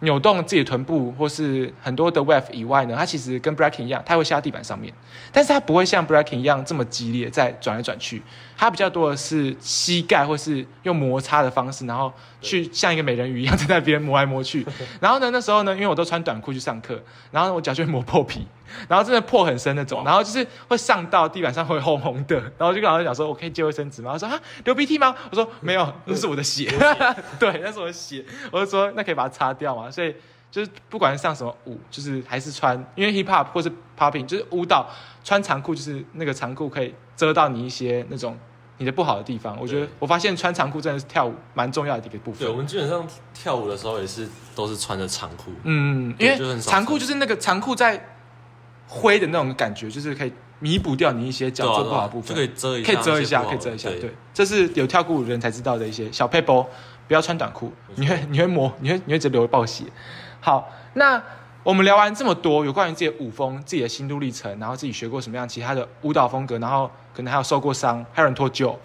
S1: 扭动自己的臀部或是很多的 wave 以外呢，它其实跟 breaking 一样，它会下到地板上面，但是它不会像 breaking 一样这么激烈，在转来转去，它比较多的是膝盖或是用摩擦的方式，然后去像一个美人鱼一样在那边磨来磨去。然后呢，那时候呢，因为我都穿短裤去上课，然后我脚就会磨破皮，然后真的破很深那种，然后就是会上到地板上会红红的，然后就跟老师讲说，我可以借卫生纸吗？他说啊，流鼻涕吗？我说没有， 那是我的血，对，那是我的血。我就说那可以把它擦掉嘛，所以。就是不管是上什么舞，就是还是穿，因为 hip hop 或是 popping，就是舞蹈穿长裤，就是那个长裤可以遮到你一些那种你的不好的地方。我觉得
S2: 对
S1: 我发现穿长裤真的是跳舞蛮重要的一个部分
S2: 对，我。们基本上跳舞的时候也是都是穿着长裤。
S1: 嗯，因
S2: 对就
S1: 为
S2: 很少
S1: 长裤就是那个长裤在灰的那种感觉，就是可以弥补掉你一些脚
S2: 对啊
S1: 做
S2: 对
S1: 不
S2: 啊
S1: 好的部分，
S2: 就可以遮一
S1: 可
S2: 下，
S1: 以遮一下，
S2: 那些不好
S1: 可以
S2: 的
S1: 遮一下。对
S2: 对，，
S1: 这是有跳过舞的人才知道的一些小 paper，不要穿短裤，你会你会磨，你会你会直接流爆血。好，那我们聊完这么多有关于自己的舞风、自己的心路历程，然后自己学过什么样其他的舞蹈风格，然后可能还有受过伤，还有人脱臼。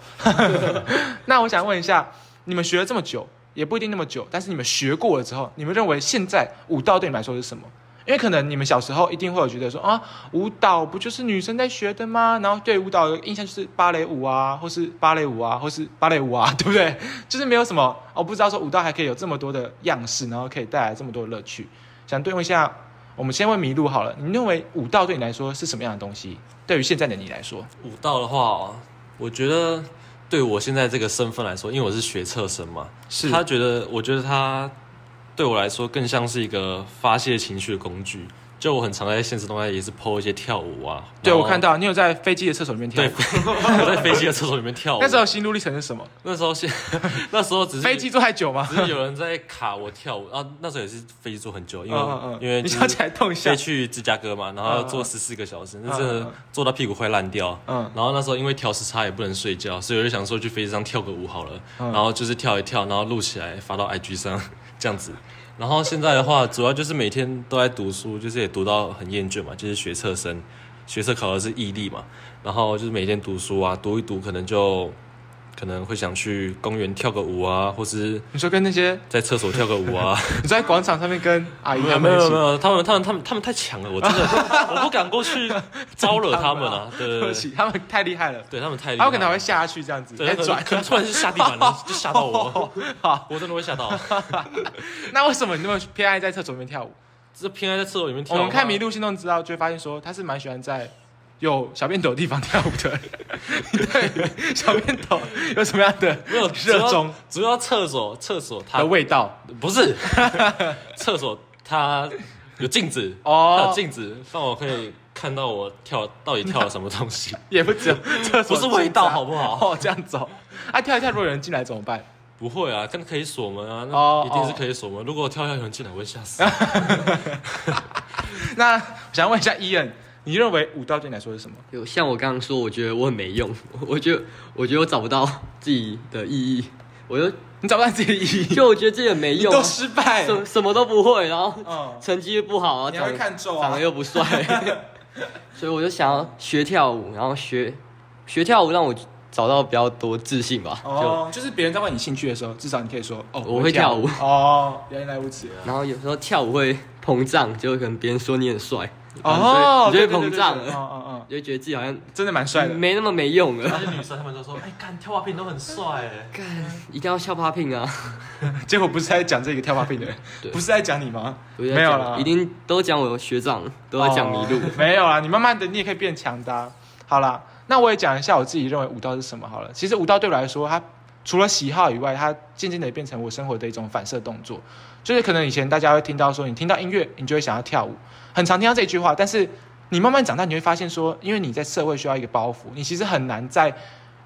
S1: 那我想问一下，你们学了这么久，也不一定那么久，但是你们学过了之后，你们认为现在舞蹈对你们来说是什么？因因为可能你们小时候一定会有觉得说啊，舞蹈不就是女生在学的吗？然后对舞蹈的印象就是芭蕾舞啊，或是芭蕾舞啊，或是芭蕾舞啊， 对不对？就是没有什么我、哦、不知道说舞蹈还可以有这么多的样式，然后可以带来这么多的乐趣。想对问一下，我们先问麋鹿好了，你认为舞蹈对你来说是什么样的东西？对于现在的你来说，
S2: 舞蹈的话、哦，我觉得对我现在这个身份来说，因为我是学测生嘛，
S1: 是
S2: 他觉得，我觉得他对我来说更像是一个发泄情绪的工具。就我很常在现实中也是 PO 一些跳舞啊，
S1: 对
S2: 然后
S1: 我看到你有在飞机的厕所里面跳
S2: 对，
S1: 舞，
S2: 我在飞机的厕所里面跳 舞。
S1: 那时候心路历程是什么？
S2: 那时候 现那时候只是
S1: 飞机坐太久吗？
S2: 只是有人在卡我跳舞啊，那时候也是飞机坐很久，因为、
S1: 嗯嗯嗯
S2: 因 为
S1: 你
S2: 就是
S1: 想起来动一下
S2: 飞去芝加哥嘛，然后要坐十四个小时，那
S1: 嗯
S2: 真
S1: 嗯嗯
S2: 的
S1: 嗯
S2: 坐到屁股快烂掉。
S1: 嗯
S2: 然后那时候因为调时差也不能睡觉，所以我就想说去飞机上跳个舞好了，
S1: 嗯
S2: 然后就是跳一跳，然后录起来发到 IG 上 这样子。然后现在的话，主要就是每天都在读书，就是也读到很厌倦嘛，就是学测生，学测考的是毅力嘛，然后就是每天读书啊，读一读可能就可能会想去公园跳个舞啊，或是
S1: 你说跟那些
S2: 在厕所跳个舞啊。
S1: 你在广场上面跟阿姨
S2: 没
S1: 他
S2: 有没
S1: 们一
S2: 有
S1: 起
S2: 没有，他们他们他们他们太强了，我真的 我不敢过去招惹他们啊，对
S1: 对
S2: 对
S1: 不
S2: 对，
S1: 起，他们太厉害了，
S2: 对他们太厉
S1: 他
S2: 害了，
S1: 们可能还会下去这样子，
S2: 对
S1: 再
S2: 他们
S1: 转。
S2: 可能突然就下地板了，就吓到我，
S1: 好，
S2: 我真的会 吓到。
S1: 那为什么你那么偏爱在厕所里面跳舞？
S2: 这偏爱在厕所里面跳啊
S1: 我
S2: 吗，
S1: 们看《迷路行动指导》就会发现说，他是蛮喜欢在有小便斗的地方跳舞的。 对，小便斗有什么样的
S2: 没有
S1: 热衷，
S2: 主要主啊要厕所厕所它
S1: 的味道？
S2: 不是厕所它有镜子
S1: 哦
S2: 它有镜子让我可以看到我跳到底跳了什么 东西，
S1: 也不只有厕所
S2: 不是味道
S1: 进杂
S2: 好不好？
S1: 哦，这样走，啊，跳一跳，如果有人进来怎么办？
S2: 不会啊，但可以锁门啊，
S1: 哦
S2: 那一定是可以锁门。如果我跳下有人进来，我会吓死。
S1: 那想问一下伊恩，你认为舞蹈对你来说是什么？
S3: 有像我刚刚说，我觉得我很没用，我觉得我觉得我找不到自己的意义，我 就
S1: 你找不到自己的意义，
S3: 就我觉得自己很没
S1: 你
S3: 用啊、
S1: 都失败
S3: 什。什么都不会，然后
S1: 嗯，
S3: 成绩又不好啊，
S1: 你还会
S3: 长
S1: 看咒啊
S3: 长得又不帅， 所以我就想要学跳舞，然后学学跳舞让我找到比较多自信吧，
S1: 哦，就是别人在问你兴趣的时候，至少你可以说哦，
S3: 我
S1: 我
S3: 会跳
S1: 舞。哦，原来如此。
S3: 就然后有时候跳舞会膨胀，就可能别人说你很帅，
S1: 哦，
S3: 你就会
S1: 对对对
S3: 膨胀嗯
S1: 对对哦哦
S3: 就会觉得自己好像
S1: 哦，真的蛮帅的。
S3: 没那么没用了，
S2: 而且女生她们都说，哎、看跳花瓶都很帅哎。
S3: 干一定要笑 popping 啊，
S1: 结果不是在讲这个跳花瓶的人，
S3: 对
S1: 不是在讲你吗？
S3: 我就在
S1: 没有
S3: 讲
S1: 啦，
S3: 一定都讲我学长，都在讲迷路。
S1: 哦没有啦，你慢慢的你也可以变强的啊、好啦，那我也讲一下我自己认为舞蹈是什么好了。其实舞蹈对我来说，它除了喜好以外，它渐渐的变成我生活的一种反射动作。就是可能以前大家会听到说，你听到音乐，你就会想要跳舞，很常听到这句话。但是你慢慢长大，你会发现说，因为你在社会需要一个包袱，你其实很难在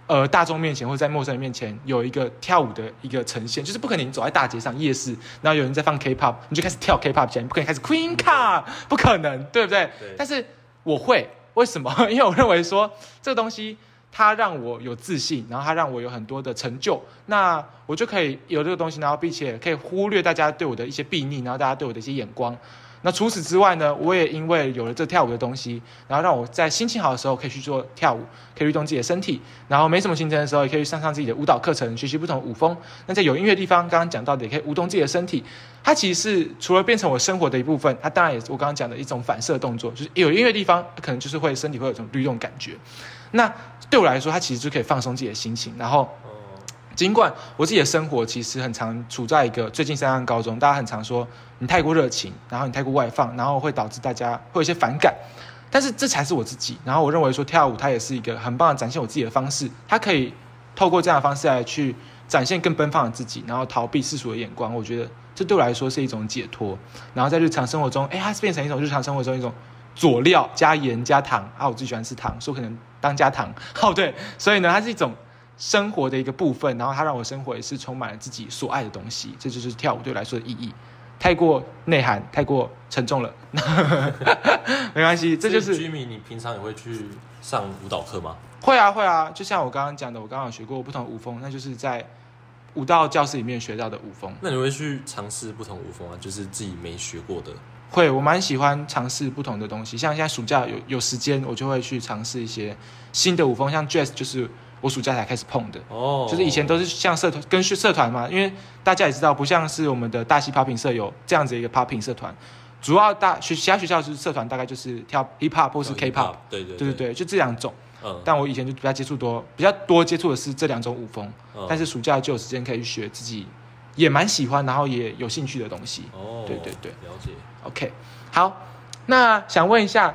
S1: 呃大众面前或者在陌生人面前有一个跳舞的一个呈现，就是不可能你走在大街上、夜市，然后有人在放 K-pop，你就开始跳 K-pop 起来，你不可能开始 Queen Car，不可能，对不对？
S2: 对
S1: 但是我会，为什么？ 因为我认为说这个东西它让我有自信，然后它让我有很多的成就，那我就可以有这个东西，然后并且可以忽略大家对我的一些避睨，然后大家对我的一些眼光。那除此之外呢，我也因为有了这跳舞的东西，然后让我在心情好的时候可以去做跳舞，可以律动自己的身体，然后没什么行程的时候也可以去上上自己的舞蹈课程，学习不同的舞风。那在有音乐的地方，刚刚讲到的也可以舞动自己的身体，它其实是除了变成我生活的一部分，它当然也是我刚刚讲的一种反射动作，就是有音乐的地方，可能就是会身体会有一种律动感觉。那对我来说，它其实就可以放松自己的心情，然后
S2: 哦，
S1: 尽管我自己的生活其实很常处在一个最近升上高中，大家很常说你太过热情，然后你太过外放，然后会导致大家会有一些反感。但是这才是我自己。然后我认为说跳舞它也是一个很棒的展现我自己的方式，它可以透过这样的方式来去展现更奔放的自己，然后逃避世俗的眼光。我觉得这对我来说是一种解脱。然后在日常生活中，哎，它是变成一种日常生活中一种佐料加盐加糖啊，我最喜欢吃糖，所以可能当加糖。 哦，对，所以呢，它是一种生活的一个部分，然后它让我生活也是充满了自己所爱的东西，这就是跳舞对我来说的意义。太过内涵，太过沉重了， 没关系，这就是
S2: 居民。你平常也会去上舞蹈课吗？
S1: 会啊，会啊，就像我刚刚讲的，我刚刚有学过不同舞风，那就是在舞蹈教室里面学到的舞风。
S2: 那你会去尝试不同舞风啊，就是自己没学过的。
S1: 会，我蛮喜欢尝试不同的东西，像现在暑假有有时间，我就会去尝试一些新的舞风，像 jazz 就是我暑假才开始碰的。
S2: 哦
S1: 就是以前都是像社团跟社团嘛，因为大家也知道，不像是我们的大西 popping 社有这样子一个 popping 社团，主要大学其他学校就是社团大概就是跳 hip hop 或是 K-pop，
S2: 哦对对
S1: 对对
S2: 对，
S1: 对，就这两种。
S2: 嗯，
S1: 但我以前就比较接触多，比较多接触的是这两种舞风，
S2: 嗯
S1: 但是暑假就有时间可以学自己也蛮喜欢，然后也有兴趣的东西。
S2: 哦，
S1: 对对对，
S2: 了解。
S1: OK，好，那想问一下，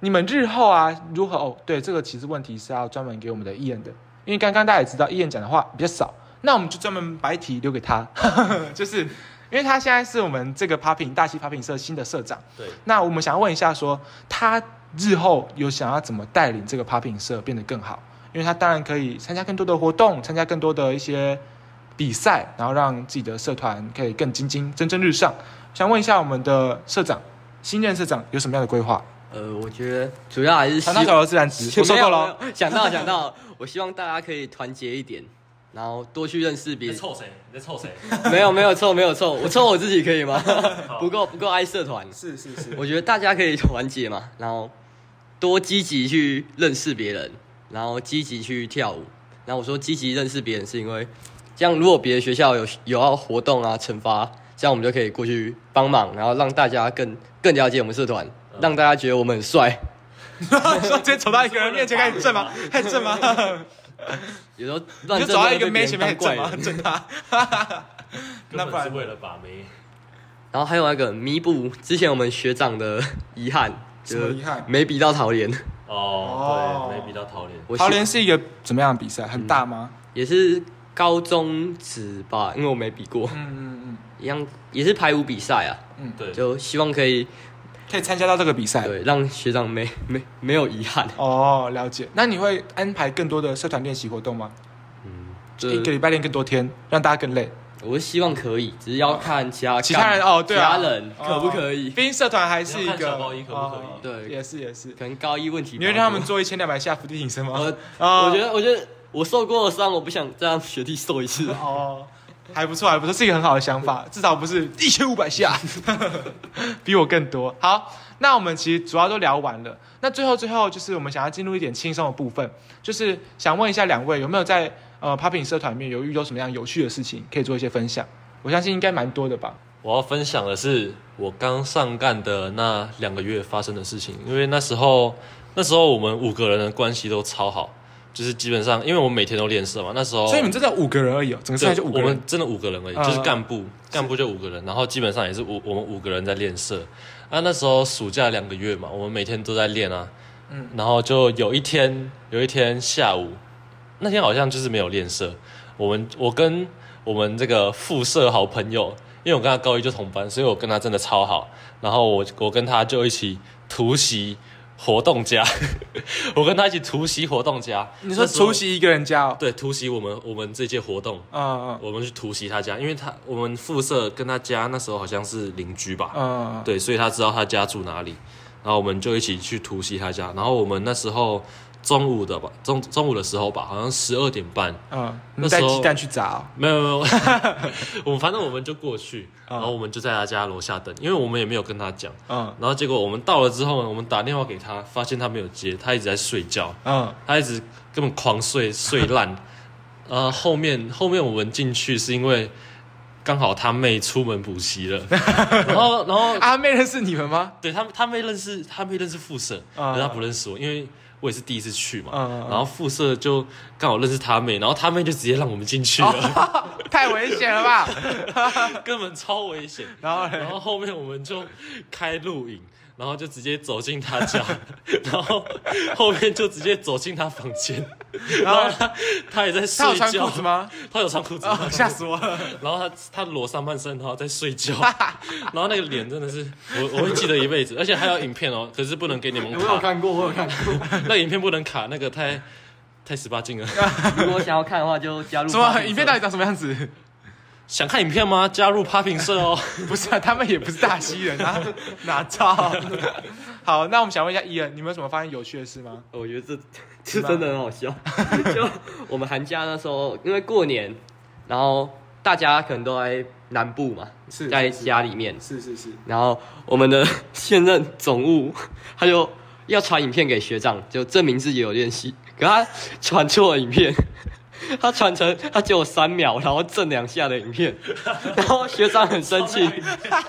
S1: 你们日后啊如何？哦，对，这个其实问题是要专门给我们的艺人的，因为刚刚大家也知道艺人讲的话比较少，那我们就专门白题留给他， 就是因为他现在是我们这个 Popping 大西 Popping 社新的社长，
S2: 对，
S1: 那我们想要问一下说，他日后有想要怎么带领这个 Popping 社变得更好？因为他当然可以参加更多的活动，参加更多的一些比赛，然后让自己的社团可以更精进、蒸蒸日上。想问一下我们的社长，新任社长有什么样的规划？
S3: 呃，我觉得主要还是希
S1: 想到小的自然词，我受够了哦。
S3: 没有没有想到想到，我希望大家可以团结一点，然后多去认识
S2: 你
S3: 别
S2: 在
S3: 人。
S2: 凑谁？你在凑 谁？
S3: 没有没有错没有错，我凑我自己 可以吗？不够不够爱社团。
S1: 是是是，
S3: 我觉得大家可以团结嘛，然后多积极去认识别人，然后积极去跳舞。然后我说积极认识别人，是因为这样，如果别的学校有有要活动啊、惩罚，这样我们就可以过去帮忙，然后让大家更更了解我们社团，
S1: 嗯
S3: 让大家觉得我们很帅。
S1: 说直接走到一个人面前开始震 吗？开始震吗？
S3: 有时候
S1: 你
S3: 乱
S1: 就走
S3: 正
S1: 到一个
S3: 被别
S1: 妹
S3: 人
S1: 前面
S3: 当
S1: 开始震
S3: 怪
S1: 吗？
S3: 人
S1: 震他。 那
S2: 根
S1: 不
S2: 本是
S1: 然
S2: 为了把妹。
S3: 然后还有那个弥补之前我们学长的遗憾，
S1: 什么遗憾
S3: 没比到桃园。
S2: 哦，对，没比较讨厌。
S3: 我希
S1: 桃园是一个怎么样的比赛？很大吗？
S3: 也是高中职吧，因为我没比过，
S1: 嗯嗯嗯，
S3: 一样也是排舞比赛啊，
S2: 对，
S3: 就希望可以
S1: 可以参加到这个比赛。
S3: 对让学长没没没有遗憾。
S1: 哦，了解。那你会安排更多的社团练习活动吗？
S3: 嗯，
S1: 就
S3: 这
S1: 一个礼拜练更多天，让大家更累。
S3: 我是希望可以，只是要看其他
S1: 其他人
S3: 干
S1: 哦，对啊，
S3: 其他人可不可以？
S1: 毕竟社团还是一
S2: 要看
S1: 个
S2: 小高一可不可以
S1: 哦
S3: 对
S1: 也是也是。
S3: 可能高一问题比
S1: 你
S3: 较多。
S1: 会让他们做一千两百下伏地挺身吗？
S3: 我
S1: 啊。
S3: 我觉得我觉得我受过的伤，我不想再让学弟受一次
S1: 哦，还不错，还不错，是一个很好的想法，至少不是一千五百下， 比我更多。好，那我们其实主要都聊完了，那最后最后就是我们想要进入一点轻松的部分，就是想问一下两位有没有在呃 Popping 社团里面有遇到什么样有趣的事情，可以做一些分享？我相信应该蛮多的吧。
S2: 我要分享的是我刚上干的那两个月发生的事情，因为那时候那时候我们五个人的关系都超好，就是基本上因为我们每天都练社嘛，那时候
S1: 所以你们真的五个人而已哦，整个社
S2: 对
S1: 团就五
S2: 我
S1: 个人
S2: 们。真的五个人而已，
S1: 嗯
S2: 就是干部干部就五个人，然后基本上也是五我们五个人在练社啊。那时候暑假两个月嘛，我们每天都在练啊，
S1: 嗯
S2: 然后就有一天有一天下午，那天好像就是没有练社，我们我跟我们这个副社好朋友，因为我跟他高一就同班，所以我跟他真的超好。然后我我跟他就一起突袭活动家， 我跟他一起突袭活动家。
S1: 你说
S2: 那时候
S1: 出席一个人家哦？
S2: 对突袭我们我们这届活动，
S1: 嗯嗯
S2: 我们去突袭他家，因为他我们宿舍跟他家那时候好像是邻居吧，
S1: 嗯嗯，
S2: 对，所以他知道他家住哪里，然后我们就一起去突袭他家。然后我们那时候中午的吧，中中午的时候吧，好像十二点半，
S1: 嗯，你
S2: 那时
S1: 带
S2: 候
S1: 鸡蛋去砸哦？
S2: 没有没有，没有我们反正我们就过去，然后我们就在他家楼下等，因为我们也没有跟他讲。
S1: 嗯
S2: 然后结果我们到了之后呢，我们打电话给他，发现他没有接，他一直在睡觉。
S1: 嗯，
S2: 他一直根本狂睡睡烂。 呃，后面后面我们进去是因为刚好他妹出门补习了， 然后然后
S1: 啊阿妹认识你们吗？
S2: 对他他妹认识他妹认识副社，
S1: 啊
S2: 可是他不认识我，因为我也是第一次去嘛。
S1: 嗯嗯嗯
S2: 然后副社就刚好认识他妹，然后他妹就直接让我们进 去了，
S1: 太危险了 吧！
S2: 根本超危险。
S1: 然后
S2: 然
S1: 呢？
S2: 后后面我们就开录影，然后就直接走进他家， 然后后面就直接走进他房间，然
S1: 哦
S2: 后他他也在
S1: 啊 他有
S2: 睡
S1: 穿
S2: 觉
S1: 裤子？吗？
S2: 他有穿裤子，
S1: 啊，吓死我了！
S2: 然后他他裸上半身，然后在睡觉，然后那个脸真的是我我会记得一辈子，而且还有影片哦，可是不能给你们卡，
S3: 看过，我有看过。
S2: 那个影片不能卡，那个太太十八禁了。
S3: 如果想要看的话，就加入。
S1: 什么影片到底长什么样子？
S2: 想看影片吗？加入 Popping 社哦。
S1: 不是啊，他们也不是大西人啊， 哪招？好，那我们想问一下伊恩，你们有什么发现有趣的事吗？
S3: 我觉得 这这真的很好笑。 就我们寒假那时候，因为过年，然后大家可能都在南部嘛，
S1: 是
S3: 在
S1: 是
S3: 家里面，
S1: 是是是，
S3: 然后我们的 现任总务 他就要传影片给学长，就证明自己有练习，可他传错了影片。 他传成他只有 三秒，然后震两下的影片，然后学长很生气，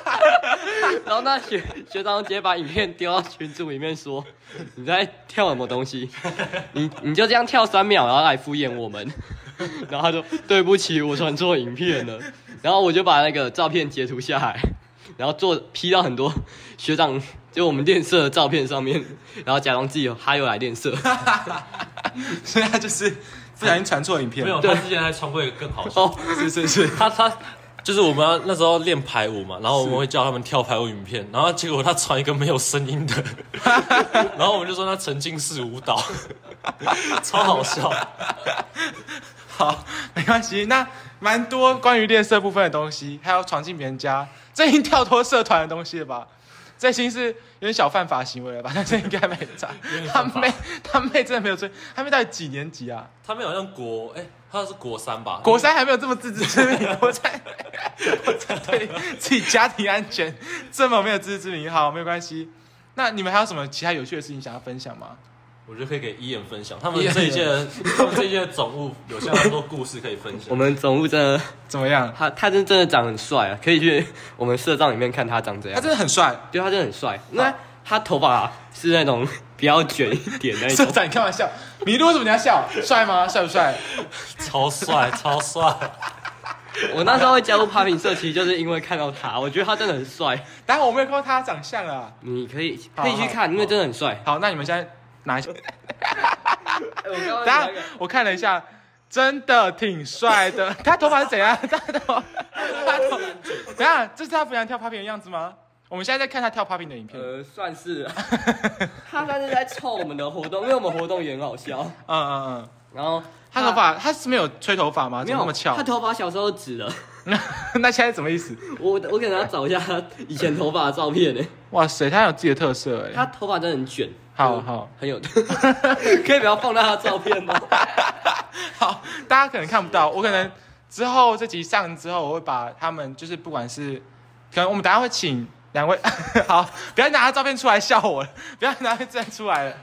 S3: 然后那学学长直接把影片丢到群组里面说 你在跳什么东西，你你就这样跳三秒，然后来敷衍我们。 然后他就对不起，我传错影片了。然后我就把那个照片截图下来，然后做 P 到很多 学长就我们练社的照片上面，然后假装自己有他又来练 社。
S1: 所以他就是不小心传错影片，
S2: 没有，他之前还传过一个更好笑。
S3: 哦，
S1: 是是 是，
S2: 他他就是我们要那时候练排舞嘛，然后我们会叫他们跳排舞影片，然后结果他传一个没有声 音的，然后我们就说他沉浸式舞蹈，超好笑。
S1: 好，没关系。那蛮多关于练色部分的东西，还有闯进别人家，这已经跳脱社团的东西了吧？这已经是有点小犯法行为了吧？ 但这应该没差
S2: 点。
S1: 他
S2: 犯法
S1: 妹，他妹真的没有追，他妹到底几年级啊？
S2: 他们好像国哎、他是国三吧？
S1: 国三还没有这么自知之明，我在我在对自己家庭安全这么没有自知之明。好，没有关系。那你们还有什么其他有趣的事情想要分享吗？
S2: 我觉得可以给伊眼分享，他们
S1: Ian
S2: 这一届的，他们这一届的总务有相当多故事可以分
S3: 我
S2: 享。
S3: 们总务真的
S1: 怎么样？
S3: 他他真真的长很帅啊，可以去我们社账里面看他长怎
S1: 他
S3: 样。
S1: 真的很帅。
S3: 对，他真的很帅。那他头发是那种比较卷一点 那
S1: 社
S3: 种，
S1: 长，你开玩笑？迷路为什么你要笑？帅吗？帅不帅？
S2: 超帅，超帅！
S3: 我那时候会加入 Popping 社，其实就是因为看到他，我觉得他真的很帅。
S1: 当然我没有看到他长相啊。
S3: 你可以可以去看，因为真的很帅。
S1: 好，那你们现在拿一下。
S3: 我刚
S1: 等下我看了一下，真的挺帅的。他头发是怎样？他头，他头，等下，这是他平常跳 popping 的样子吗？我们现在在看他跳 popping 的影片。嗯
S3: 呃，算是 他算是在凑我们的活动，因为我们活动也很好笑。
S1: 嗯嗯，
S3: 然后
S1: 他头发他是没有吹头发吗？
S3: 啊没
S1: 怎么
S3: 有
S1: 那么翘
S3: 他？头发小时候直的。
S1: 那现在什么意思？
S3: 我我给他找一下他以前头发的照片呢，
S1: 哇塞，他有自己的特色哎。
S3: 他头发真的很卷。
S1: 好
S3: 就
S1: 好，
S3: 很有， 可以不要放大他的照片吗？
S1: 好， 大家可能看不到，我可能之后这集上之后，我会把他们就是不管是，可能我们等下会请两位， 好，不要拿他照片出来笑我了， 不要拿他自然出来了。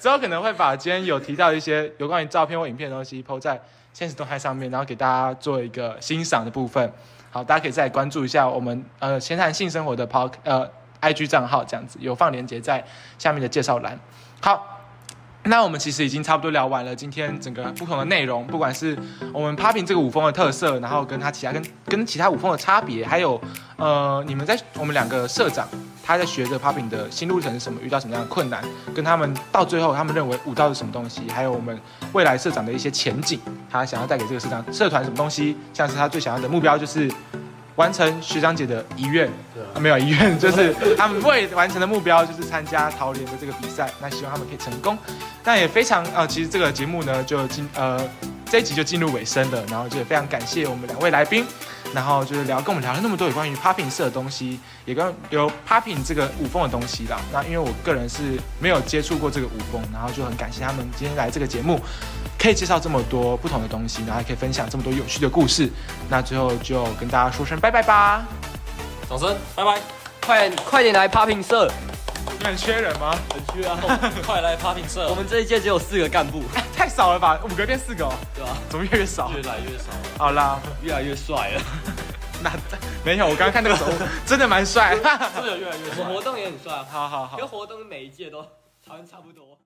S1: 之后可能会把今天有提到一些有关于照片或影片的东西抛在现实动态上面，然后给大家做一个欣赏的部分。好，大家可以再来关注一下我们呃闲谈性生活的抛呃 IG 账号，这样子有放链接在下面的介绍栏。好，那我们其实已经差不多聊完了今天整个不同的内容，不管是我们 popping 这个舞风的特色，然后跟它其他跟跟其他舞风的差别，还有呃你们在我们两个社长他在学着 popping 的心路历程是什么，遇到什么样的困难，跟他们到最后他们认为舞蹈是什么东西，还有我们未来社长的一些前景，他想要带给这个社长社团什么东西，像是他最想要的目标就是完成学长姐的遗愿，啊没有遗愿，就是他们未完成的目标就是参加桃联的这个比赛，那希望他们可以成功。那也非常呃，其实这个节目呢就进呃这一集就进入尾声了，然后就非常感谢我们两位来宾，然后就是聊跟我们聊了那么多有关于 popping 社的东西，也跟有 popping 这个舞风的东西啦。那因为我个人是没有接触过这个舞风，然后就很感谢他们今天来这个节目，可以介绍这么多不同的东西，然后还可以分享这么多有趣的故事。那最后就跟大家说声拜拜吧。
S2: 掌声，拜拜！
S3: 快快点来 popping 社！
S1: 你们缺人吗？
S3: 很缺啊！
S2: 快来 Popping 社，
S3: 我们这一届只有四个干 部，
S1: 太少了吧，五个变四个、哦，
S3: 对吧、
S1: 怎么越来越少？
S2: 越来越少。
S1: 好啦，
S3: 越来越帅了，
S1: 那没有，我刚刚看那个手，真的蛮帅。
S2: 真的有越来越
S3: 我
S2: 少
S3: 们。活动也很帅啊，
S1: 好好好
S3: 因为。活动每一届都好像差不多。